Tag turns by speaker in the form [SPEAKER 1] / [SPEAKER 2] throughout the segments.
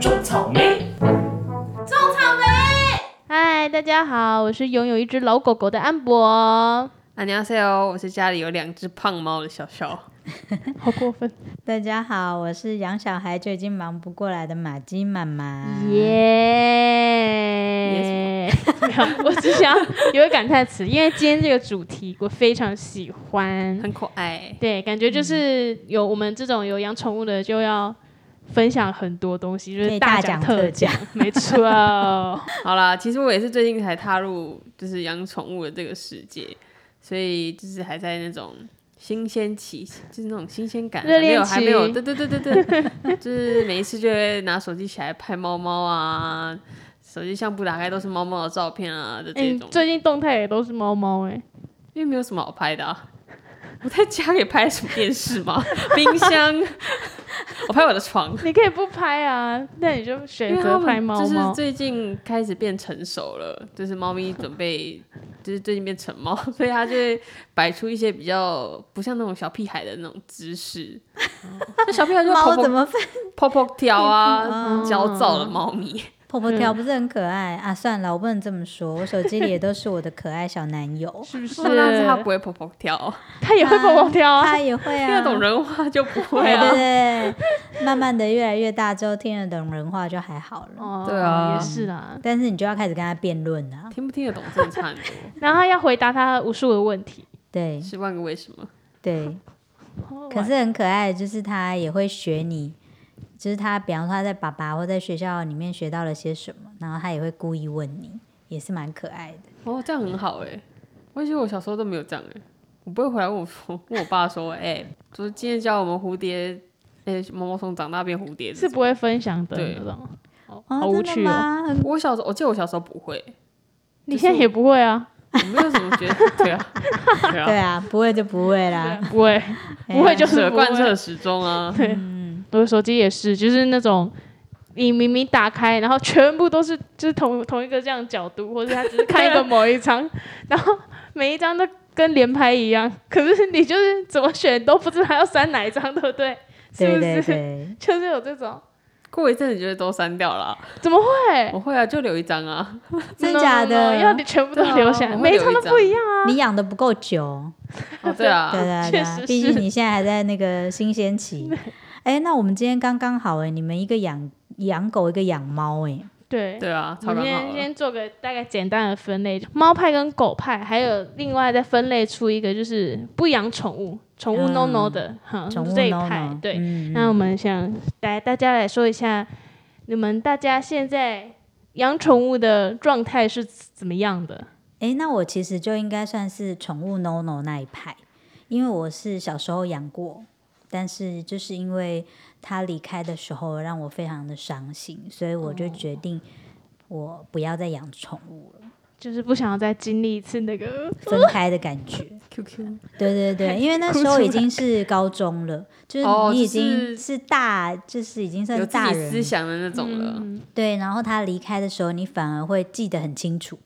[SPEAKER 1] 种草莓，种草莓。
[SPEAKER 2] 嗨，大家好，我是拥有一只老狗狗的安博，
[SPEAKER 3] 안녕하세요，我哦是家里有两只胖猫的小小。
[SPEAKER 2] 好过分！
[SPEAKER 4] 大家好，我是养小孩就已经忙不过来的马姬妈妈。
[SPEAKER 2] 耶、没有，我只想有个感叹词，因为今天这个主题我非常喜欢。
[SPEAKER 3] 很可爱。
[SPEAKER 2] 对，感觉就是有我们这种有养宠物的，就要分享很多东西，就
[SPEAKER 4] 可
[SPEAKER 2] 是
[SPEAKER 4] 以大
[SPEAKER 2] 讲
[SPEAKER 4] 讲特
[SPEAKER 2] 讲
[SPEAKER 4] 讲，
[SPEAKER 2] 没 错。
[SPEAKER 3] 好啦，其实我也是最近才踏入就是养宠物的这个世界，所以就是还在那种新鲜期，就是那种新鲜感啊，
[SPEAKER 2] 热
[SPEAKER 3] 没
[SPEAKER 2] 恋
[SPEAKER 3] 有还没有，
[SPEAKER 2] 期
[SPEAKER 3] 对对对对对，就是每一次就会拿手机起来拍猫猫啊，手机相簿打开都是猫猫的照片啊的
[SPEAKER 2] 哎、
[SPEAKER 3] 这
[SPEAKER 2] 你
[SPEAKER 3] 种，
[SPEAKER 2] 最近动态也都是猫猫哎，
[SPEAKER 3] 因为没有什么好拍的啊。 我在家里拍什么电视吗？冰箱， 我拍我的床。
[SPEAKER 2] 你可以不拍啊，那你就选
[SPEAKER 3] 因为
[SPEAKER 2] 择
[SPEAKER 3] 他
[SPEAKER 2] 拍
[SPEAKER 3] 们
[SPEAKER 2] 猫
[SPEAKER 3] 就是
[SPEAKER 2] 猫。，
[SPEAKER 3] 最近开始变成熟了，就是猫咪准备，就是最近变成猫， 所以它就会摆出一些比较不像那种小屁孩的那种姿势。那小屁孩就
[SPEAKER 4] 猫
[SPEAKER 3] 跑
[SPEAKER 4] 怎
[SPEAKER 3] 跑
[SPEAKER 4] 么分？
[SPEAKER 3] 跑跑跳啊，
[SPEAKER 4] 嗯
[SPEAKER 3] 焦躁的猫 咪。
[SPEAKER 4] 婆婆跳不是很可爱啊？算了，我不能这么说，我手机里也都是我的可爱小男友
[SPEAKER 2] 是不是？
[SPEAKER 3] 但是它不会跑跑跳，
[SPEAKER 2] 它也会蹦蹦跳啊
[SPEAKER 4] 他。也会
[SPEAKER 3] 听
[SPEAKER 4] 啊，
[SPEAKER 3] 得懂人话就不会
[SPEAKER 4] 对对
[SPEAKER 3] 啊。
[SPEAKER 4] 对，对 慢慢的越来越大之后，听得懂人话就还好了。
[SPEAKER 2] 哦
[SPEAKER 3] 对啊
[SPEAKER 2] 也是啦。
[SPEAKER 4] 但是你就要开始跟他辩论啊，
[SPEAKER 3] 听不听得懂真的差很多，
[SPEAKER 2] 然后要回答他无数的问题。
[SPEAKER 4] 对
[SPEAKER 3] 十万个为什么。
[SPEAKER 4] 对，可是很可爱，就是他也会学你，就是他，比方说他在爸爸或在学校里面学到了些什么，然后他也会故意问你，也是蛮可爱的。
[SPEAKER 3] 哦，这样很好哎、我觉得我小时候都没有这样哎、我不会回来问我 说，问我爸说，哎、就是今天教我们蝴蝶，哎、毛毛虫长大变蝴蝶
[SPEAKER 2] 是
[SPEAKER 3] 这种
[SPEAKER 2] 不会分享的
[SPEAKER 3] 对
[SPEAKER 2] 那种，哦
[SPEAKER 4] 哦
[SPEAKER 2] 好无
[SPEAKER 4] 真
[SPEAKER 2] 趣
[SPEAKER 4] 的
[SPEAKER 2] 哦。
[SPEAKER 4] 吗？很
[SPEAKER 3] 我小时候，我记得我小时候不会，
[SPEAKER 2] 你现在也不会啊？
[SPEAKER 3] 我没有什么觉得， 对啊，对
[SPEAKER 4] 对
[SPEAKER 3] 啊，
[SPEAKER 4] 啊，不会就不会啦。
[SPEAKER 2] 不会， 啊
[SPEAKER 4] 哎
[SPEAKER 2] 不会就
[SPEAKER 3] 就是是
[SPEAKER 2] 不会
[SPEAKER 3] 贯彻。始终啊。
[SPEAKER 2] 对，我的手机也是，就是那种你明明打开，然后全部都是就是同同一个这样角度，或者他只是看一个某一 张，然后每一张都跟连拍一样，可是你就是怎么选都不知道要删哪一张，对不对？是不
[SPEAKER 4] 对
[SPEAKER 2] 是？
[SPEAKER 4] 对 对，
[SPEAKER 2] 就是有这种，
[SPEAKER 3] 过一阵子就会都删掉了啊，
[SPEAKER 2] 怎么会？
[SPEAKER 3] 我会啊，就留一张啊。
[SPEAKER 4] 真假
[SPEAKER 2] No, no, no, 要
[SPEAKER 4] 的？
[SPEAKER 2] 你全部都
[SPEAKER 3] 对啊
[SPEAKER 2] 留下来，
[SPEAKER 3] 我会
[SPEAKER 2] 每一
[SPEAKER 3] 留
[SPEAKER 2] 张
[SPEAKER 3] 一
[SPEAKER 2] 都
[SPEAKER 3] 张
[SPEAKER 2] 不一样啊。
[SPEAKER 4] 你养的不够久，
[SPEAKER 3] 哦，对啊，
[SPEAKER 4] 对对
[SPEAKER 2] 确
[SPEAKER 4] 对
[SPEAKER 2] 实
[SPEAKER 4] 啊，
[SPEAKER 2] 是
[SPEAKER 4] 毕竟你现在还在那个新鲜期。哎，那我们今天刚刚好哎，你们一个养养狗，一个养猫哎，
[SPEAKER 2] 对
[SPEAKER 3] 对啊，
[SPEAKER 2] 我
[SPEAKER 3] 超
[SPEAKER 2] 们
[SPEAKER 3] 刚好
[SPEAKER 2] 先
[SPEAKER 3] 了。
[SPEAKER 2] 先做个大概简单的分类，猫派跟狗派，还有另外再分类出一个就是不养宠物，宠物
[SPEAKER 4] 嗯
[SPEAKER 2] no no 的，哈、
[SPEAKER 4] 宠物
[SPEAKER 2] 这一
[SPEAKER 4] no
[SPEAKER 2] 派。
[SPEAKER 4] no，
[SPEAKER 2] 对，
[SPEAKER 4] 嗯
[SPEAKER 2] 那我们想来大家来说一下，你们大家现在养宠物的状态是怎么样的？
[SPEAKER 4] 诶，那我其实就应该算是宠物 no no 那一派，因为我是小时候养过，但是就是因为它离开的时候让我非常的伤心，所以我就
[SPEAKER 3] 哦
[SPEAKER 4] 决定我不要再养宠物了，
[SPEAKER 2] 就是不想要再经历一次那个，
[SPEAKER 3] 哦
[SPEAKER 4] 分开的感觉。
[SPEAKER 3] QQ
[SPEAKER 4] 对对对，因 为那时候已经是高中了，就是
[SPEAKER 3] 哦
[SPEAKER 4] 你已
[SPEAKER 3] 就是
[SPEAKER 4] 经是大，就是已经算
[SPEAKER 3] 有
[SPEAKER 4] 是
[SPEAKER 3] 自
[SPEAKER 4] 大
[SPEAKER 3] 己
[SPEAKER 4] 人
[SPEAKER 3] 思想的那种了，
[SPEAKER 2] 嗯，
[SPEAKER 4] 对，然后他离开的时候，你反而会记得很清楚。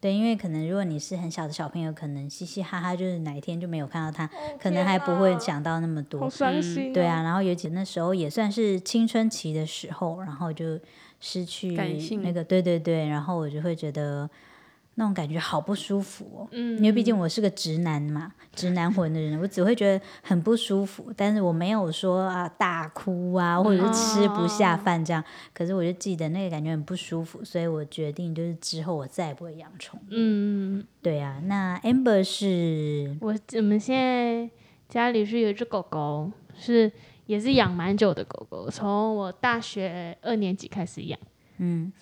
[SPEAKER 4] 对，因为可能如果你是很小的小朋友，可能嘻嘻哈哈，就是哪一天就没有看到他，可能还不会想到那么
[SPEAKER 2] 好
[SPEAKER 4] 多。
[SPEAKER 2] 伤心、哦
[SPEAKER 4] 对啊，，然后尤其那时候也算是青春期的时候，然后就失去
[SPEAKER 3] 感性
[SPEAKER 4] 那个，对对对，然后我就会觉得那种感觉好不舒服哦。
[SPEAKER 2] 嗯
[SPEAKER 4] 因为毕竟我是个直男嘛，直男魂的人，我只会觉得很不舒服，但是我没有说啊大哭啊，或者是吃不下
[SPEAKER 2] 哦
[SPEAKER 4] 饭这样。可是我就记得那个感觉很不舒服，所以我决定就是之后我再也不会养宠物。
[SPEAKER 2] 嗯，
[SPEAKER 4] 对啊，那 Amber 是
[SPEAKER 2] 我我们现在家里是有一只狗狗，是也是养蛮久的狗狗，从我大学二年级开始养，
[SPEAKER 4] 嗯，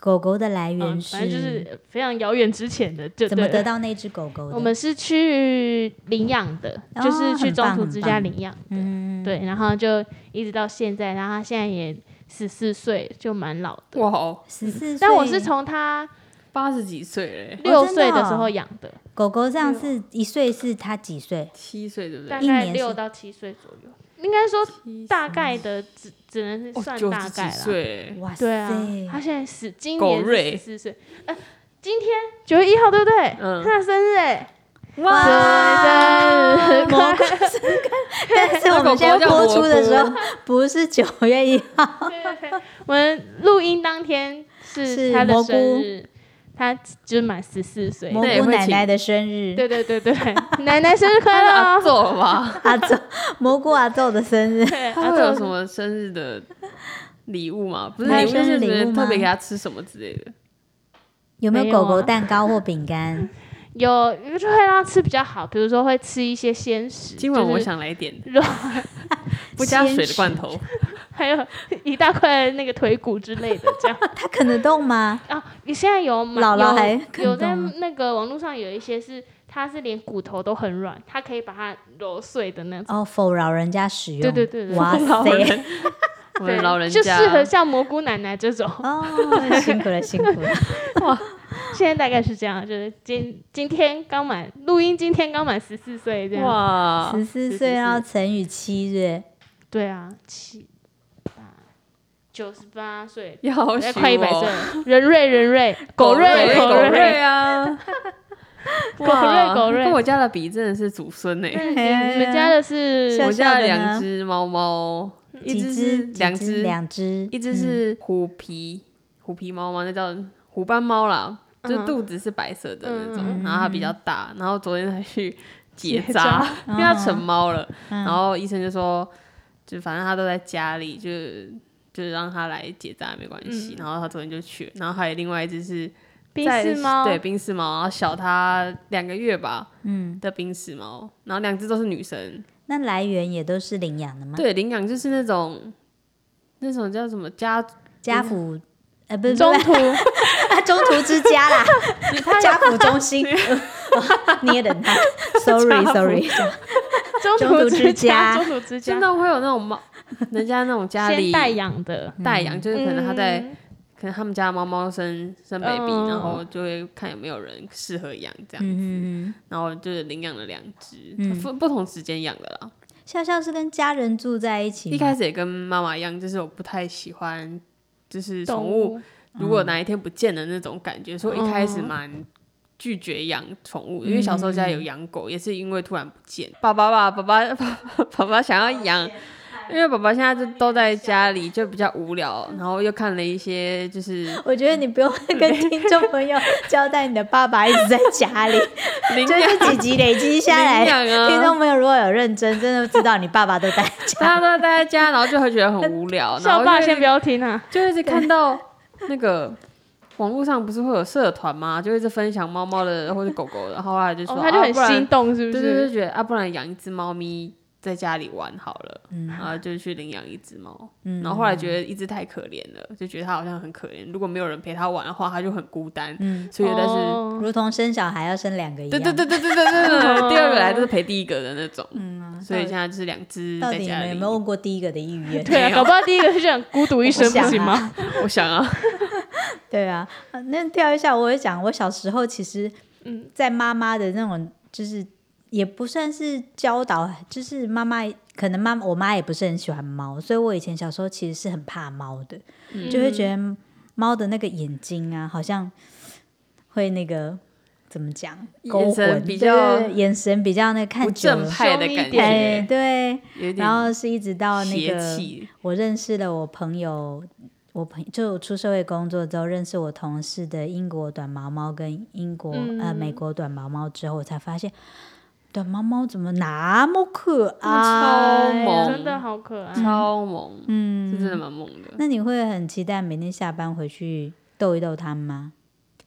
[SPEAKER 4] 狗狗的来源
[SPEAKER 2] 嗯，
[SPEAKER 4] 是、
[SPEAKER 2] 反正就是非常遥远之前的，就
[SPEAKER 4] 怎么
[SPEAKER 2] 对
[SPEAKER 4] 得
[SPEAKER 2] 了。
[SPEAKER 4] 到那只狗狗的？
[SPEAKER 2] 我们是去领养的，
[SPEAKER 4] 哦
[SPEAKER 2] 就是去
[SPEAKER 4] 很
[SPEAKER 2] 中
[SPEAKER 4] 棒
[SPEAKER 2] 途
[SPEAKER 4] 很
[SPEAKER 2] 之家
[SPEAKER 4] 棒
[SPEAKER 2] 领养的，
[SPEAKER 4] 嗯，
[SPEAKER 2] 对，然后就一直到现在，然后它现在也十四岁，就蛮老的。
[SPEAKER 3] 哇哦，
[SPEAKER 4] 十四岁，哦
[SPEAKER 2] 但我是从它
[SPEAKER 3] 八十几岁嘞，
[SPEAKER 2] 六
[SPEAKER 4] 真的
[SPEAKER 2] 岁的时
[SPEAKER 4] 哦
[SPEAKER 2] 候养的，
[SPEAKER 4] 狗狗上次一岁是它几岁？
[SPEAKER 3] 七岁对不
[SPEAKER 2] 大
[SPEAKER 3] 对？
[SPEAKER 4] 一
[SPEAKER 2] 概
[SPEAKER 4] 年
[SPEAKER 2] 六
[SPEAKER 4] 是
[SPEAKER 2] 到七岁左右，应该说
[SPEAKER 3] 七
[SPEAKER 2] 大概的只只能
[SPEAKER 3] 哦，
[SPEAKER 2] 算
[SPEAKER 3] 九
[SPEAKER 2] 大
[SPEAKER 3] 十
[SPEAKER 2] 概
[SPEAKER 3] 几
[SPEAKER 2] 了。
[SPEAKER 3] 岁，
[SPEAKER 4] 哇
[SPEAKER 2] 对
[SPEAKER 4] 塞，
[SPEAKER 2] 啊，他现在是今
[SPEAKER 3] 狗
[SPEAKER 2] 年
[SPEAKER 3] 瑞
[SPEAKER 2] 十四岁，呃，今天九月一号对不对？
[SPEAKER 3] 嗯
[SPEAKER 2] 他的生日哎，
[SPEAKER 4] 哇
[SPEAKER 2] 生日快
[SPEAKER 4] 公开但是我们现在播出的时候不是九月一号，
[SPEAKER 2] 我们录音当天是
[SPEAKER 4] 是
[SPEAKER 2] 他的
[SPEAKER 4] 蘑菇
[SPEAKER 2] 生日，他就是满十四岁。
[SPEAKER 4] 蘑
[SPEAKER 3] 那也
[SPEAKER 4] 菇
[SPEAKER 3] 会
[SPEAKER 4] 奶
[SPEAKER 3] 请
[SPEAKER 4] 奶的生日，
[SPEAKER 2] 对对对对， 奶奶生日快
[SPEAKER 3] 他是
[SPEAKER 2] 乐
[SPEAKER 3] 阿
[SPEAKER 2] 哦！
[SPEAKER 3] 揍了吧？
[SPEAKER 4] 阿奏蘑菇阿奏的生日，
[SPEAKER 2] 对，
[SPEAKER 3] 他
[SPEAKER 2] 阿
[SPEAKER 3] 会有什
[SPEAKER 2] 宙
[SPEAKER 3] 么生日的礼物吗？不是
[SPEAKER 4] 他
[SPEAKER 3] 礼
[SPEAKER 4] 有
[SPEAKER 3] 物，嗯
[SPEAKER 4] 生
[SPEAKER 3] 就
[SPEAKER 4] 日
[SPEAKER 3] 是
[SPEAKER 4] 礼
[SPEAKER 3] 你
[SPEAKER 4] 物
[SPEAKER 3] 们特别
[SPEAKER 4] 吗
[SPEAKER 3] 给他吃什么之类的。
[SPEAKER 4] 有没
[SPEAKER 2] 没
[SPEAKER 4] 有
[SPEAKER 2] 有
[SPEAKER 4] 狗狗
[SPEAKER 2] 啊
[SPEAKER 4] 蛋糕或饼干？
[SPEAKER 2] 有就会让他吃比较好，比如说会吃一些鲜食，
[SPEAKER 3] 今晚
[SPEAKER 2] 就
[SPEAKER 3] 我
[SPEAKER 2] 是
[SPEAKER 3] 想来一点
[SPEAKER 2] 肉，
[SPEAKER 3] 不加
[SPEAKER 4] 鲜
[SPEAKER 3] 水的
[SPEAKER 4] 食
[SPEAKER 3] 罐头，
[SPEAKER 2] 还有 一大块那个腿骨之类的这 样。
[SPEAKER 4] 它啃得动吗？
[SPEAKER 2] 啊，你现在有买
[SPEAKER 4] 姥姥
[SPEAKER 2] 有
[SPEAKER 4] 还啃
[SPEAKER 2] 有在
[SPEAKER 4] 动吗
[SPEAKER 2] 那个网络上有一些是，它是连骨头都很软，它可以把它揉碎的那种。
[SPEAKER 4] 哦，否老人家使用，
[SPEAKER 2] 对对对对
[SPEAKER 4] 哇
[SPEAKER 3] 老
[SPEAKER 4] 塞，
[SPEAKER 3] 人， 我们老人
[SPEAKER 2] 就
[SPEAKER 3] 家
[SPEAKER 2] 适合像蘑菇奶奶这种。
[SPEAKER 4] 哦，辛苦了辛苦了，
[SPEAKER 2] 现在大概是这样，就是今今天刚满录音，今天刚满十四岁这样。
[SPEAKER 3] 哇，
[SPEAKER 4] 十四
[SPEAKER 2] 是
[SPEAKER 4] 岁
[SPEAKER 2] 是
[SPEAKER 4] 然后乘以七日，
[SPEAKER 2] 对啊，七八九十八岁，
[SPEAKER 3] 要好
[SPEAKER 2] 哎
[SPEAKER 3] 许
[SPEAKER 2] 快一百
[SPEAKER 3] 我
[SPEAKER 2] 岁，了。人瑞人瑞，狗瑞
[SPEAKER 3] 瑞
[SPEAKER 2] 狗
[SPEAKER 3] 哦 狗
[SPEAKER 2] 瑞，
[SPEAKER 3] 啊，
[SPEAKER 2] 狗瑞狗瑞
[SPEAKER 3] 跟我家的比真的是祖孙呢。
[SPEAKER 2] 那
[SPEAKER 3] 哎
[SPEAKER 2] 哎你们家的是
[SPEAKER 4] 笑
[SPEAKER 3] 我
[SPEAKER 4] 笑
[SPEAKER 3] 家
[SPEAKER 4] 的
[SPEAKER 3] 的
[SPEAKER 4] 呢
[SPEAKER 3] 两只猫猫，一
[SPEAKER 4] 几
[SPEAKER 3] 啊只
[SPEAKER 4] 只
[SPEAKER 3] 是
[SPEAKER 4] 几
[SPEAKER 3] 两
[SPEAKER 4] 只
[SPEAKER 3] 只，
[SPEAKER 4] 两只，
[SPEAKER 3] 一
[SPEAKER 2] 嗯
[SPEAKER 3] 只是虎皮虎皮猫吗？那叫虎斑猫啦，
[SPEAKER 2] 嗯
[SPEAKER 3] 就肚子是白色的那种，然后它比较大，然后昨天 才去结
[SPEAKER 2] 结
[SPEAKER 3] 扎
[SPEAKER 2] 扎，嗯
[SPEAKER 3] 因为它成猫了，然后医生就说，就反正它都在家里，就是就是让它来结扎没关系，然后它昨天就去了，然后还有另外一只是
[SPEAKER 2] 嗯冰
[SPEAKER 3] 在
[SPEAKER 2] 丝猫，
[SPEAKER 3] 对，冰丝猫，然后小它两个月吧，嗯的冰丝猫，然后两只都是女生，
[SPEAKER 4] 那来源也都是领养的吗？
[SPEAKER 3] 对，领养就是那种那种叫什么家，
[SPEAKER 4] 家父，呃，不是
[SPEAKER 2] 中
[SPEAKER 4] 不是
[SPEAKER 2] 途
[SPEAKER 4] 中途之家啦，家府中心， 捏 人他，sorry sorry，
[SPEAKER 2] 中
[SPEAKER 4] 中
[SPEAKER 2] 途
[SPEAKER 4] 途之
[SPEAKER 2] 之家中
[SPEAKER 4] 家
[SPEAKER 2] 途之家
[SPEAKER 3] 真，的会有那种猫，人家那种家
[SPEAKER 2] 先
[SPEAKER 3] 里
[SPEAKER 2] 代养的，
[SPEAKER 3] 代养，就是可能他在、
[SPEAKER 2] 嗯
[SPEAKER 3] 可能他们家的猫猫生生 baby，、
[SPEAKER 2] 嗯
[SPEAKER 3] 然后就会看有没有人适合养这样，
[SPEAKER 4] 嗯嗯嗯，
[SPEAKER 3] 然后就是领养了两只，不不同时间养的啦。
[SPEAKER 4] 笑笑是跟家人住在一起吗，
[SPEAKER 3] 一开始也跟妈妈一样，就是我不太喜欢就是宠
[SPEAKER 2] 动
[SPEAKER 3] 物。
[SPEAKER 2] 物
[SPEAKER 3] 如果
[SPEAKER 2] 嗯
[SPEAKER 3] 哪一天不见的那种感觉，
[SPEAKER 2] 哦
[SPEAKER 3] 所以我一开始蛮拒绝养宠物，因为小时候家
[SPEAKER 2] 嗯
[SPEAKER 3] 有养狗，也是因为突然不见，爸爸爸爸爸爸 爸爸爸想要养。因为爸爸现在就都在家里，就比较无聊，
[SPEAKER 2] 嗯
[SPEAKER 3] 然后又看了一些就是
[SPEAKER 4] 我觉得你不用跟听众朋友交代你的爸爸一直在家里，
[SPEAKER 3] 领
[SPEAKER 4] 就
[SPEAKER 3] 养
[SPEAKER 4] 是几集累积下来，
[SPEAKER 3] 领养啊
[SPEAKER 4] 听众朋友如果有认真，真的知道你爸爸都在家。
[SPEAKER 3] 大家都待在家，然后就会觉得很无 聊。然
[SPEAKER 2] 校
[SPEAKER 3] 后
[SPEAKER 2] 霸
[SPEAKER 3] 就
[SPEAKER 2] 先不要听啊，
[SPEAKER 3] 就一直看到那个网络上不是会有社团吗？就一直分享猫猫的或者狗狗的，然后后来就说、
[SPEAKER 2] 哦，他就
[SPEAKER 3] 啊
[SPEAKER 2] 很
[SPEAKER 3] 不然
[SPEAKER 2] 心动，是不
[SPEAKER 3] 对对对，
[SPEAKER 2] 是？
[SPEAKER 3] 就觉得啊，不然养一只猫咪在家里玩好了，然后就去领养一只猫，然后后来觉得一只太可怜了，就觉得它好像很可怜，如果没有人陪它玩的话，它就很孤单，
[SPEAKER 4] 嗯，
[SPEAKER 3] 所以但是。
[SPEAKER 2] 哦
[SPEAKER 4] 如同生小孩要生两个一
[SPEAKER 3] 对
[SPEAKER 4] 样。
[SPEAKER 3] 对对对对对对对，第二个来都是陪第一个的那种，所以现在就是两只
[SPEAKER 4] 嗯啊到
[SPEAKER 3] 嗯在
[SPEAKER 4] 底你
[SPEAKER 3] 家
[SPEAKER 4] 们
[SPEAKER 3] 里。
[SPEAKER 4] 有没有问过第一个的意 愿？
[SPEAKER 2] 对啊，搞不好第一个就想孤独一生，
[SPEAKER 4] 我想
[SPEAKER 2] 不
[SPEAKER 4] 啊
[SPEAKER 2] 行吗？
[SPEAKER 3] 我想啊，
[SPEAKER 4] 对啊，呃那跳一下，我也讲，我小时候其实，嗯，在妈妈的那种，就是也不算是教导，就是妈妈可能妈我妈也不是很喜欢猫，所以我以前小时候其实是很怕猫的，
[SPEAKER 3] 嗯
[SPEAKER 4] 就会觉得猫的那个眼睛啊，好像会那个怎么讲，
[SPEAKER 3] 眼
[SPEAKER 4] 勾
[SPEAKER 3] 神
[SPEAKER 4] 魂，
[SPEAKER 3] 比
[SPEAKER 4] 对
[SPEAKER 3] 较
[SPEAKER 4] 对对眼神比较那个
[SPEAKER 3] 不
[SPEAKER 4] 看久
[SPEAKER 3] 正
[SPEAKER 4] 了，
[SPEAKER 3] 派的
[SPEAKER 2] 凶一
[SPEAKER 3] 感
[SPEAKER 2] 点
[SPEAKER 4] 哎
[SPEAKER 3] 觉，
[SPEAKER 4] 对，
[SPEAKER 3] 有一点
[SPEAKER 4] 然后是一直到那
[SPEAKER 3] 邪
[SPEAKER 4] 个
[SPEAKER 3] 气。
[SPEAKER 4] 我认识了我朋友，我朋就我出社会工作之后，认识我同事的英国短毛猫跟英国、呃
[SPEAKER 2] 嗯
[SPEAKER 4] 美国短毛猫之后，我才发现短毛猫怎么那么可
[SPEAKER 3] 超
[SPEAKER 4] 爱、
[SPEAKER 3] 萌，
[SPEAKER 2] 真的好可爱。
[SPEAKER 3] 超萌，嗯，是真的蛮萌的。
[SPEAKER 4] 那你会很期待每天下班回去逗一逗它们吗？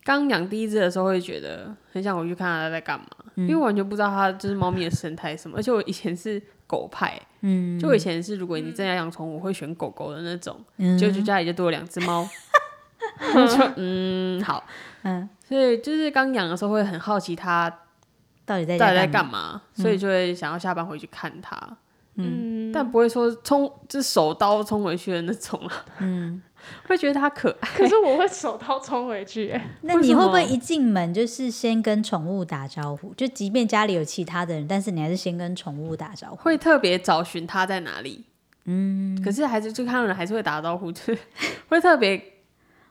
[SPEAKER 3] 刚养第一只的时候会觉得很想回去看它在干嘛，因为完全不知道它就是猫咪的生态是什么。而且我以前是狗派，
[SPEAKER 4] 嗯，
[SPEAKER 3] 就我以前是如果你真的要养宠物，我会选狗狗的那种，
[SPEAKER 4] 嗯
[SPEAKER 3] 就就家里就多了两只猫，就嗯好，
[SPEAKER 4] 嗯，
[SPEAKER 3] 所以就是刚养的时候会很好奇它
[SPEAKER 4] 到底在
[SPEAKER 3] 到
[SPEAKER 4] 家
[SPEAKER 3] 底在
[SPEAKER 4] 干
[SPEAKER 3] 干
[SPEAKER 4] 嘛？
[SPEAKER 3] 嘛，所以就会想要下班回去看它。
[SPEAKER 2] 嗯，
[SPEAKER 3] 但不会说冲，就是手刀冲回去的那种了。嗯， 会觉得它可爱。
[SPEAKER 2] 可是我会手刀冲回去，哎
[SPEAKER 4] 那
[SPEAKER 3] 为
[SPEAKER 4] 你
[SPEAKER 3] 什
[SPEAKER 4] 会不会
[SPEAKER 3] 么
[SPEAKER 4] 一进门就是先跟宠物打招呼？就即便家里有其他的人，但是你还是先跟宠物打招呼。
[SPEAKER 3] 会特别找寻它在哪里。嗯，可是还是就看到人还是会打招呼，就是 会特别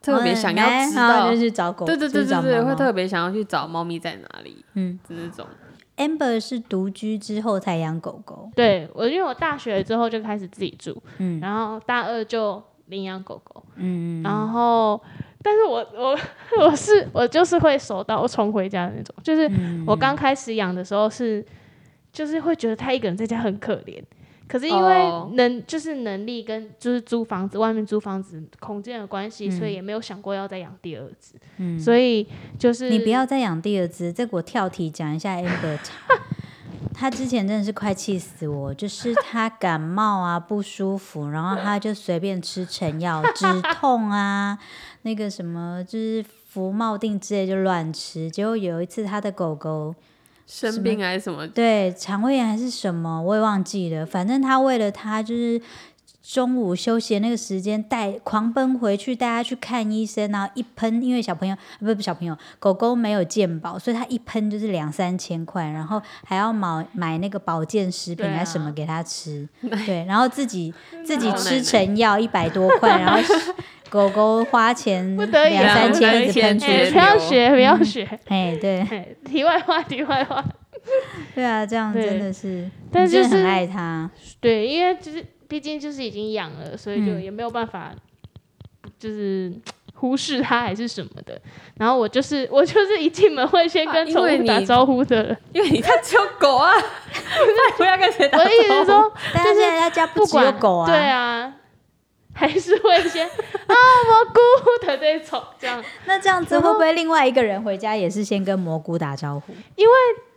[SPEAKER 3] 特别想要
[SPEAKER 4] 来
[SPEAKER 3] 知
[SPEAKER 2] 哎
[SPEAKER 4] 然后
[SPEAKER 3] 道
[SPEAKER 4] 就。去找狗，
[SPEAKER 3] 对对
[SPEAKER 4] 就
[SPEAKER 3] 对
[SPEAKER 4] 是找
[SPEAKER 3] 对对，
[SPEAKER 4] 猫
[SPEAKER 3] 会
[SPEAKER 4] 猫
[SPEAKER 3] 特别想要去找猫咪在哪里，
[SPEAKER 4] 嗯
[SPEAKER 3] 嗯，那种
[SPEAKER 4] Amber 是独居之后才养狗狗，
[SPEAKER 2] 对我，因为我大学之后就开始自己住，
[SPEAKER 4] 嗯
[SPEAKER 2] 然后大二就领养狗狗，
[SPEAKER 4] 嗯，
[SPEAKER 2] 然后，但是我我 我是我就是会手刀冲回家的那种，就是
[SPEAKER 4] 嗯
[SPEAKER 2] 我刚开始养的时候是，就是会觉得他一个人在家很可怜，可是因为
[SPEAKER 3] 哦
[SPEAKER 2] 能、就是能力跟就是租房子外面租房子空间的关
[SPEAKER 4] 嗯
[SPEAKER 2] 系，所以也没有想过要再养第二只，所以就是
[SPEAKER 4] 你不要再养第二只。这个我跳题讲 一下 Amber 她她之前真的是快气死我，就是她感冒啊不舒服，然后她就随便吃成药止痛啊， 那个什么就是福茂定之类就乱吃。结果有一次她的狗狗
[SPEAKER 3] 生病啊还是什么？
[SPEAKER 4] 对，肠胃炎还是什么，我也忘记了。反正他为了他，就是中午休息的那个时间带狂奔回去，带他去看医生，然后一喷，因为小朋友呃不不小朋友狗狗没有健保，所以他一喷就是两三千块，然后还要买买那个保健食品
[SPEAKER 2] 对啊
[SPEAKER 4] 啊什么给 他吃，对，然后自己自己
[SPEAKER 3] 好
[SPEAKER 4] 吃
[SPEAKER 3] 难
[SPEAKER 4] 成药一百多块， 然后狗狗花钱
[SPEAKER 2] 不得已啊
[SPEAKER 4] 两三千一直喷出
[SPEAKER 3] 不得已
[SPEAKER 2] 哎
[SPEAKER 3] 啊
[SPEAKER 2] 不，要
[SPEAKER 4] 去
[SPEAKER 2] 学不要学，
[SPEAKER 4] 哎，对
[SPEAKER 2] 哎题外话题外话，
[SPEAKER 4] 对啊，这样
[SPEAKER 2] 对
[SPEAKER 4] 真的是，
[SPEAKER 2] 但
[SPEAKER 4] 你真的
[SPEAKER 2] 就是
[SPEAKER 4] 很爱他。
[SPEAKER 2] 对，因为就是毕竟就是已经养了，所以就
[SPEAKER 4] 嗯
[SPEAKER 2] 也没有办法，就是忽视它还是什么的。然后我就是我就是一进门会先
[SPEAKER 3] 啊
[SPEAKER 2] 跟
[SPEAKER 3] 因
[SPEAKER 2] 宠
[SPEAKER 3] 为
[SPEAKER 2] 物打
[SPEAKER 3] 你
[SPEAKER 2] 招呼的人。
[SPEAKER 3] 因为你看只有狗啊， 那不要跟谁打
[SPEAKER 2] 我的
[SPEAKER 3] 招呼。
[SPEAKER 2] 意思是 说，
[SPEAKER 4] 但是现在他家不
[SPEAKER 2] 不
[SPEAKER 4] 只有
[SPEAKER 2] 管
[SPEAKER 4] 狗啊，
[SPEAKER 2] 对啊，还是会先 啊蘑菇的那种这样。
[SPEAKER 4] 那这样子会不会另外一个人回家也是先跟蘑菇打招呼？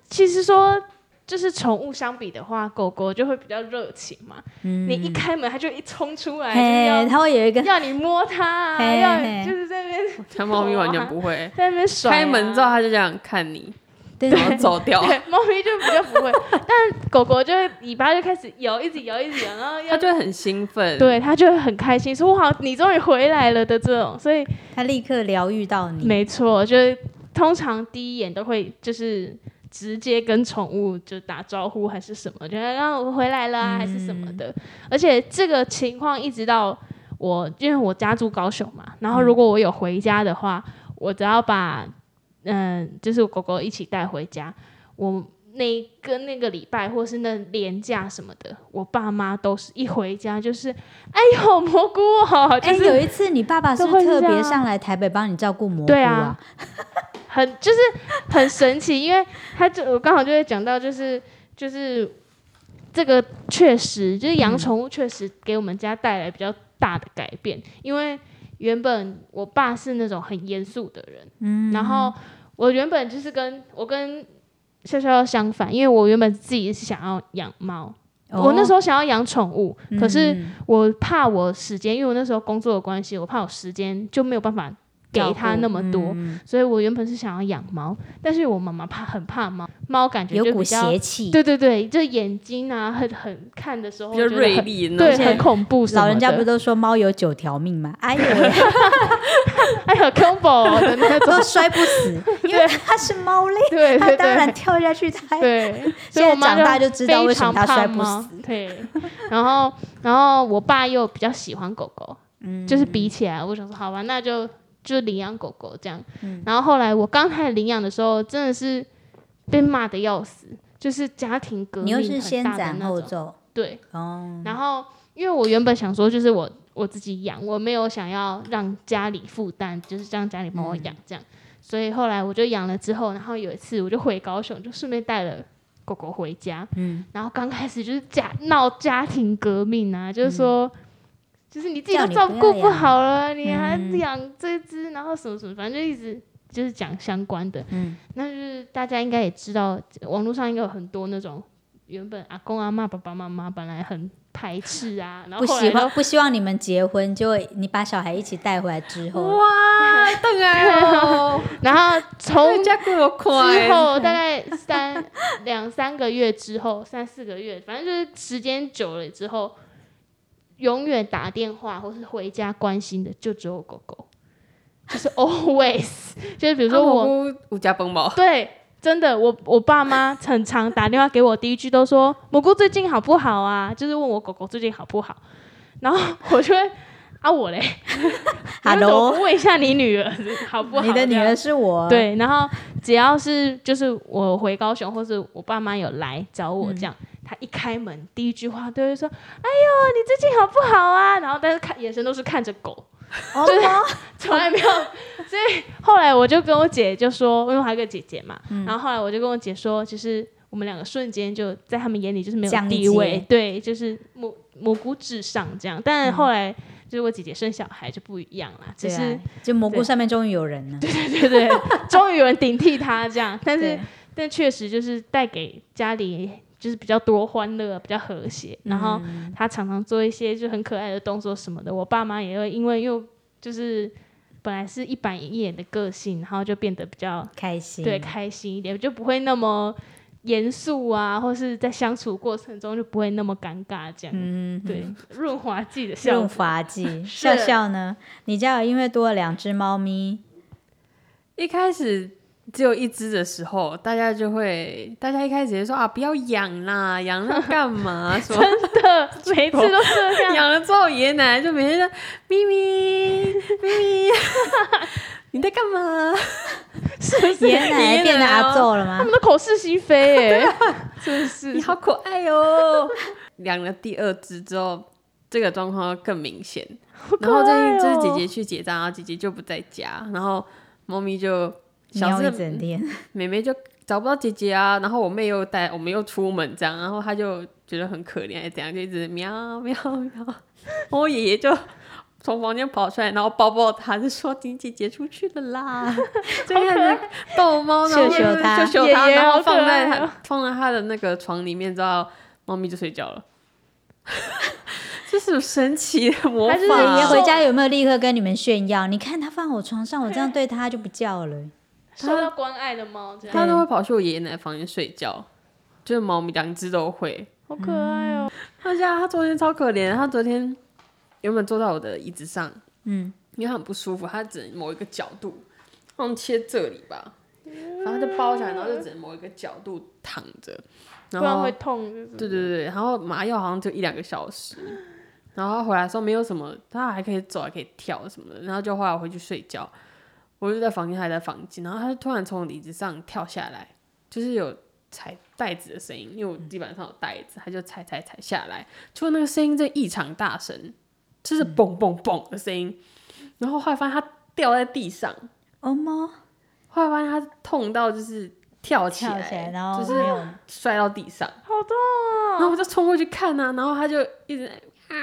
[SPEAKER 2] 其实说。就是宠物相比的话，狗狗就会比较热情嘛。你一开门，它就一冲出来，
[SPEAKER 4] 嗯嘿，
[SPEAKER 2] 就是
[SPEAKER 4] 他会有 一个
[SPEAKER 2] 要要你摸它啊，
[SPEAKER 4] 嘿
[SPEAKER 2] 要
[SPEAKER 4] 嘿
[SPEAKER 2] 就是在那边
[SPEAKER 3] 像猫咪完全不会，
[SPEAKER 2] 在那边甩啊、
[SPEAKER 3] 开门之后它就这样看你，
[SPEAKER 4] 对
[SPEAKER 3] 然后走掉，
[SPEAKER 2] 对，猫咪就比较不会，但狗狗就会尾巴就开始摇，一直摇，一直摇，然后
[SPEAKER 3] 它
[SPEAKER 2] 要
[SPEAKER 3] 就会很兴奋。，
[SPEAKER 2] 对它就会很开心，说哇，你终于回来了的这种，所以
[SPEAKER 4] 他立刻疗愈到你。
[SPEAKER 2] 没错，就是通常第一眼都会就是直接跟宠物就打招呼还是什么，就让我回来了、啊、还是什么的，而且这个情况一直到我，因为我家住高雄嘛，然嗯后如果我有回家的话，我只要把嗯，就是我狗狗一起带回家，我。那跟那个礼拜或是那年假什么的，我爸妈都是一回家就是，哎呦蘑菇哦，就
[SPEAKER 4] 哎，
[SPEAKER 2] 是、
[SPEAKER 4] 有一次你爸爸是
[SPEAKER 2] 都会是
[SPEAKER 4] 特
[SPEAKER 2] 这
[SPEAKER 4] 别
[SPEAKER 2] 样啊
[SPEAKER 4] 上来台北帮你照顾蘑菇
[SPEAKER 2] 对啊，很就是很神奇，因为他就我刚好就会讲到，就是就是这个确实就是养宠物确实给我们家带来比较大的改变，因为原本我爸是那种很严肃的人，嗯，然后我原本就是跟我跟笑笑相反，因为我原本自己是想要养猫，我那时
[SPEAKER 4] 候，
[SPEAKER 2] 候想要养宠物，可是
[SPEAKER 4] 哦嗯
[SPEAKER 2] 我怕我时间，因为我那时候工作的关系，我怕我时间就没有办法给它那么
[SPEAKER 4] 嗯
[SPEAKER 2] 多，所以我原本是想要养猫，但是我妈妈怕很怕猫，猫感觉
[SPEAKER 4] 有
[SPEAKER 2] 就
[SPEAKER 4] 股
[SPEAKER 2] 比较
[SPEAKER 4] 邪，气，
[SPEAKER 2] 对对对，就眼睛啊，很很看的时候
[SPEAKER 3] 比较
[SPEAKER 2] 觉得
[SPEAKER 3] 锐
[SPEAKER 2] 很，
[SPEAKER 3] 利那
[SPEAKER 2] 对，
[SPEAKER 3] 种。
[SPEAKER 2] 很恐怖什么的。
[SPEAKER 4] 老人家不都说猫有九条命 吗？哎呦喂，
[SPEAKER 2] 哎呀 combo 的那种
[SPEAKER 4] 都，摔不死，因为它是猫类，
[SPEAKER 2] 对
[SPEAKER 4] 它
[SPEAKER 2] 对
[SPEAKER 4] 当然
[SPEAKER 2] 对。
[SPEAKER 4] 跳下去它。
[SPEAKER 2] 对，所
[SPEAKER 4] 现
[SPEAKER 2] 以我
[SPEAKER 4] 在
[SPEAKER 2] 妈
[SPEAKER 4] 长大就知道为什么它
[SPEAKER 2] 非常
[SPEAKER 4] 摔
[SPEAKER 2] 怕
[SPEAKER 4] 不
[SPEAKER 2] 猫
[SPEAKER 4] 死。
[SPEAKER 2] 对，然后然后我爸又比较喜欢狗狗，
[SPEAKER 4] 嗯
[SPEAKER 2] 就是比起来，我想说好吧，那就就领养狗狗这样。
[SPEAKER 4] 嗯
[SPEAKER 2] 然后后来我刚开始领养的时候，真的是被骂的要死，就是家庭革
[SPEAKER 4] 你
[SPEAKER 2] 命
[SPEAKER 4] 又
[SPEAKER 2] 很
[SPEAKER 4] 是先
[SPEAKER 2] 大的
[SPEAKER 4] 斩
[SPEAKER 2] 那
[SPEAKER 4] 后
[SPEAKER 2] 种。
[SPEAKER 4] 奏
[SPEAKER 2] 对，
[SPEAKER 4] 哦，
[SPEAKER 2] 然后因为我原本想说，就是我我自己养，我没有想要让家里负担，就是让家里帮我养
[SPEAKER 4] 嗯
[SPEAKER 2] 这样。所以后来我就养了之后，然后有一次我就回高雄，就顺便带了狗狗回家。嗯，然后刚开始就是家闹家庭革命啊，就是说。就是你自己
[SPEAKER 4] 嗯叫
[SPEAKER 2] 都
[SPEAKER 4] 你
[SPEAKER 2] 照
[SPEAKER 4] 不要
[SPEAKER 2] 顾不
[SPEAKER 4] 养嗯
[SPEAKER 2] 好了，你还养这只，然后什么什么，反正就一直就是讲相关的。嗯，那就是大家应该也知道，网络上应该有很多那种原本阿公阿妈、爸爸妈妈本来很排斥啊，然
[SPEAKER 4] 不
[SPEAKER 2] 后后
[SPEAKER 4] 喜
[SPEAKER 2] 来都
[SPEAKER 4] 欢不希望你们结婚，就会你把小孩一起带回来之后，
[SPEAKER 3] 哇，邓来哦，
[SPEAKER 2] 然后 从
[SPEAKER 3] 人家给我
[SPEAKER 2] 之
[SPEAKER 3] 快。
[SPEAKER 2] 后大概三两三个月之后，三四个月，反正就是时间久了之后，永远打电话或是回家关心的就只有狗狗，就是 always，就是比如
[SPEAKER 4] 啊
[SPEAKER 3] 啊
[SPEAKER 2] 说我、
[SPEAKER 3] 我有加崩毛，
[SPEAKER 2] 对，真的，我我爸妈很常打电话给我，第一句都说蘑菇最近好不好啊，就是问我狗狗最近好不好，然后我就会啊我 嘞，
[SPEAKER 4] 哈
[SPEAKER 2] 你为什么
[SPEAKER 4] 喽
[SPEAKER 2] 不问一下你女儿好不好？
[SPEAKER 4] 你的女
[SPEAKER 2] 这样
[SPEAKER 4] 儿是我，，
[SPEAKER 2] 对，然后只要是就是我回高雄，或是我爸妈有来找我这样，
[SPEAKER 4] 嗯
[SPEAKER 2] 他一开门第一句话都会说：“哎呦，你最近好不好啊？”然后但是看眼神都是看着狗，
[SPEAKER 4] 哦，
[SPEAKER 1] 啊
[SPEAKER 2] 从来没有。所以后来我就跟我姐就说，因为我还有个姐姐嘛，
[SPEAKER 4] 嗯
[SPEAKER 2] 然后后来我就跟我姐说，就是我们两个瞬间就在他们眼里就是没有
[SPEAKER 4] 降
[SPEAKER 2] 地位
[SPEAKER 4] 阶，
[SPEAKER 2] 对，就是母母姑至上这样。但后来就是我姐姐生小孩就不一样啦，只
[SPEAKER 4] 对
[SPEAKER 2] 是
[SPEAKER 4] 啊，就蘑菇
[SPEAKER 2] 对
[SPEAKER 4] 上面终于有人 了，
[SPEAKER 2] 对对对，终于有人顶替她这样。但是
[SPEAKER 4] 对啊
[SPEAKER 2] 但确实就是带给家里就是比较多欢乐，比较和谐。然后
[SPEAKER 4] 嗯
[SPEAKER 2] 他常常做一些就很可爱的动作什么的。我爸妈也会因为又就是本来是一板一眼的个性，然后就变得比较
[SPEAKER 4] 开心，
[SPEAKER 2] 对开心一点，就不会那么严肃啊，或是在相处过程中就不会那么尴尬这样。
[SPEAKER 4] 嗯，
[SPEAKER 2] 对，润滑剂的效
[SPEAKER 4] 润
[SPEAKER 2] 果。
[SPEAKER 4] 滑剂，
[SPEAKER 2] 是
[SPEAKER 4] 笑笑呢？你家有因为多了两只 猫咪，
[SPEAKER 3] 一开始只有一只的时候，大家就会，大家一开始就说啊，不要养啦，养了干 嘛？说
[SPEAKER 2] 真的，每次都这样。
[SPEAKER 3] 养了之后，爷爷奶奶就每天在咪咪咪咪， 你在干 嘛？
[SPEAKER 4] 爷爷奶奶变得阿揍了
[SPEAKER 2] 他
[SPEAKER 4] 吗
[SPEAKER 2] 们？都口是心 非耶、
[SPEAKER 4] 啊
[SPEAKER 2] 真是
[SPEAKER 3] 你好可
[SPEAKER 2] 哎
[SPEAKER 3] 爱哦。养了第二只之后，这个状况更明显。然后最近
[SPEAKER 4] 哦
[SPEAKER 3] 就是姐姐去结账，然后姐姐就不在家，然后猫咪就小
[SPEAKER 4] 喵
[SPEAKER 3] 时
[SPEAKER 4] 一
[SPEAKER 3] 候
[SPEAKER 4] 整天，
[SPEAKER 3] 妹妹就找不到姐姐啊，然后我妹又带我们又出门这样，然后她就觉得很可怜，还是怎样，就一直喵喵喵。然后我爷爷就从房间跑出来，然后抱抱她，就说：“你姐姐出去了啦。”就开始逗猫，然后
[SPEAKER 4] 秀秀她
[SPEAKER 3] 就秀
[SPEAKER 2] 爷爷
[SPEAKER 3] 然后
[SPEAKER 2] 好可
[SPEAKER 3] 放在
[SPEAKER 2] 爱
[SPEAKER 3] 她
[SPEAKER 2] 哦
[SPEAKER 3] 放在她的那个床里面之后，猫咪就睡觉了。 这是神奇的魔法，啊
[SPEAKER 2] 还 是
[SPEAKER 4] 爷爷
[SPEAKER 2] 说
[SPEAKER 4] 回家有没有立刻跟你们炫耀？你看他放我床上，我这样对他就不叫了。
[SPEAKER 2] 受到关爱的猫，这样
[SPEAKER 3] 它都会跑去我爷爷奶奶房间睡觉，就是猫咪两只都会。
[SPEAKER 2] 好可爱哦、
[SPEAKER 3] 他家他昨天超可怜，他昨天原本坐在我的椅子上，
[SPEAKER 4] 嗯，
[SPEAKER 3] 因为他很不舒服，他只能某一个角度，好像切这里吧，然后他就包起来，然后就只能某一个角度躺着，然
[SPEAKER 2] 不然
[SPEAKER 3] 后
[SPEAKER 2] 会痛。就是
[SPEAKER 3] 对对对，然后麻药好像就一两个小时，然后回来的时候没有什么，他还可以走，还可以跳什么的，然后就后来我回去睡觉，我就在房间，他还在房间，然后他就突然从我的椅子上跳下来，就是有踩袋子的声音，因为我地板上有袋子，他就踩踩踩下来，结果那个声音真的异常大声，就是
[SPEAKER 4] 嗯
[SPEAKER 3] 嘣嘣嘣的声音，然后后来发现他掉在地上，
[SPEAKER 4] 哦猫
[SPEAKER 3] 后来发现他痛到就是跳起
[SPEAKER 4] 跳
[SPEAKER 3] 来，
[SPEAKER 4] 起来，然后
[SPEAKER 3] 就
[SPEAKER 4] 没
[SPEAKER 3] 是
[SPEAKER 4] 有
[SPEAKER 3] 摔到地上。
[SPEAKER 2] 好痛
[SPEAKER 4] 啊
[SPEAKER 3] 然后我就冲过去看啊，然后他就一直啊，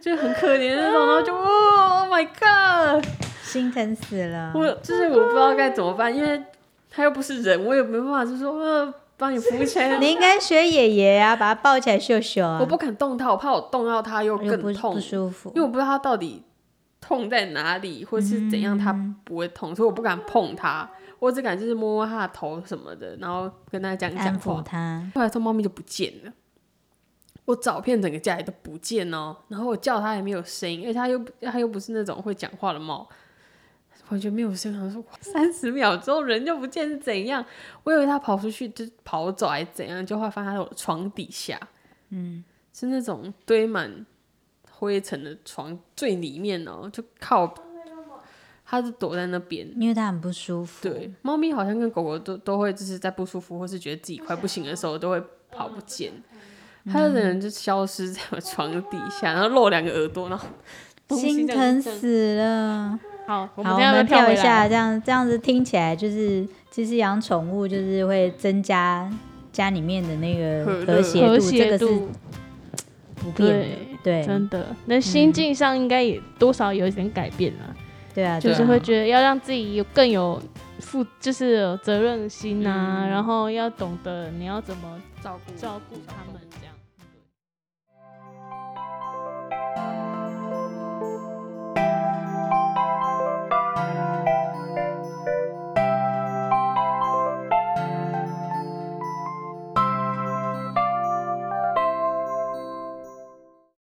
[SPEAKER 3] 就很可怜那
[SPEAKER 4] 啊
[SPEAKER 3] 种，然后就哦、oh my god，
[SPEAKER 4] 心疼死了。
[SPEAKER 3] 我就是我不知道该怎么办，因为他又不是人，我也没办法，就说呃帮你扶起来，
[SPEAKER 4] 你应该学爷爷啊，把他抱起来秀秀啊，
[SPEAKER 3] 我不敢动他，我怕我动到他又
[SPEAKER 4] 又哎不
[SPEAKER 3] 更痛
[SPEAKER 4] 不，舒服
[SPEAKER 3] 因为。我不知道他到底痛在哪里，或是怎样他不会痛，所以我不敢碰他，我只敢就是摸摸他的头什么的，然后跟他讲讲
[SPEAKER 4] 安
[SPEAKER 3] 话
[SPEAKER 4] 抚。他，
[SPEAKER 3] 后来之后，猫咪就不见了。我找遍整个家里都不见哦，然后我叫它也没有声音，而且它又不它又不是那种会讲话的猫，完全没有声音。我说三十秒之后人就不见是怎样？我以为它跑出去就是跑走还是怎样，就会发现它在我床底下，
[SPEAKER 4] 嗯，
[SPEAKER 3] 是那种堆满灰尘的床最里面哦，就靠，它就躲在那边。
[SPEAKER 4] 因为他很不舒服。
[SPEAKER 3] 对，猫咪好像跟狗狗都都会就是在不舒服或是觉得自己快不行的时候，都会跑不见。
[SPEAKER 4] 嗯
[SPEAKER 3] 它的人就消失在我床底下，然后露两个耳朵，然后东西
[SPEAKER 4] 心
[SPEAKER 3] 这样
[SPEAKER 4] 疼死了。
[SPEAKER 2] 好，我们
[SPEAKER 4] 好，我
[SPEAKER 2] 这样
[SPEAKER 4] 们
[SPEAKER 2] 跳
[SPEAKER 4] 跳
[SPEAKER 2] 回
[SPEAKER 3] 啊
[SPEAKER 4] 一下，
[SPEAKER 2] 来。
[SPEAKER 4] 这样这样子听起来就是，其实养宠物就是会增加家里面的那个
[SPEAKER 3] 和乐
[SPEAKER 2] 和
[SPEAKER 3] 解
[SPEAKER 4] 和谐度，这
[SPEAKER 2] 谐
[SPEAKER 4] 个是啊
[SPEAKER 2] 度
[SPEAKER 4] 不变的。对
[SPEAKER 2] 真的，那心境上应该也多少有一点改变了，
[SPEAKER 4] 对啊，
[SPEAKER 2] 就
[SPEAKER 4] 对
[SPEAKER 2] 是
[SPEAKER 4] 啊
[SPEAKER 2] 会觉得要让自己有更有负，
[SPEAKER 4] 嗯
[SPEAKER 2] 就是有责任心啊，然后要懂得你要怎么
[SPEAKER 3] 照顾
[SPEAKER 2] 照顾他们。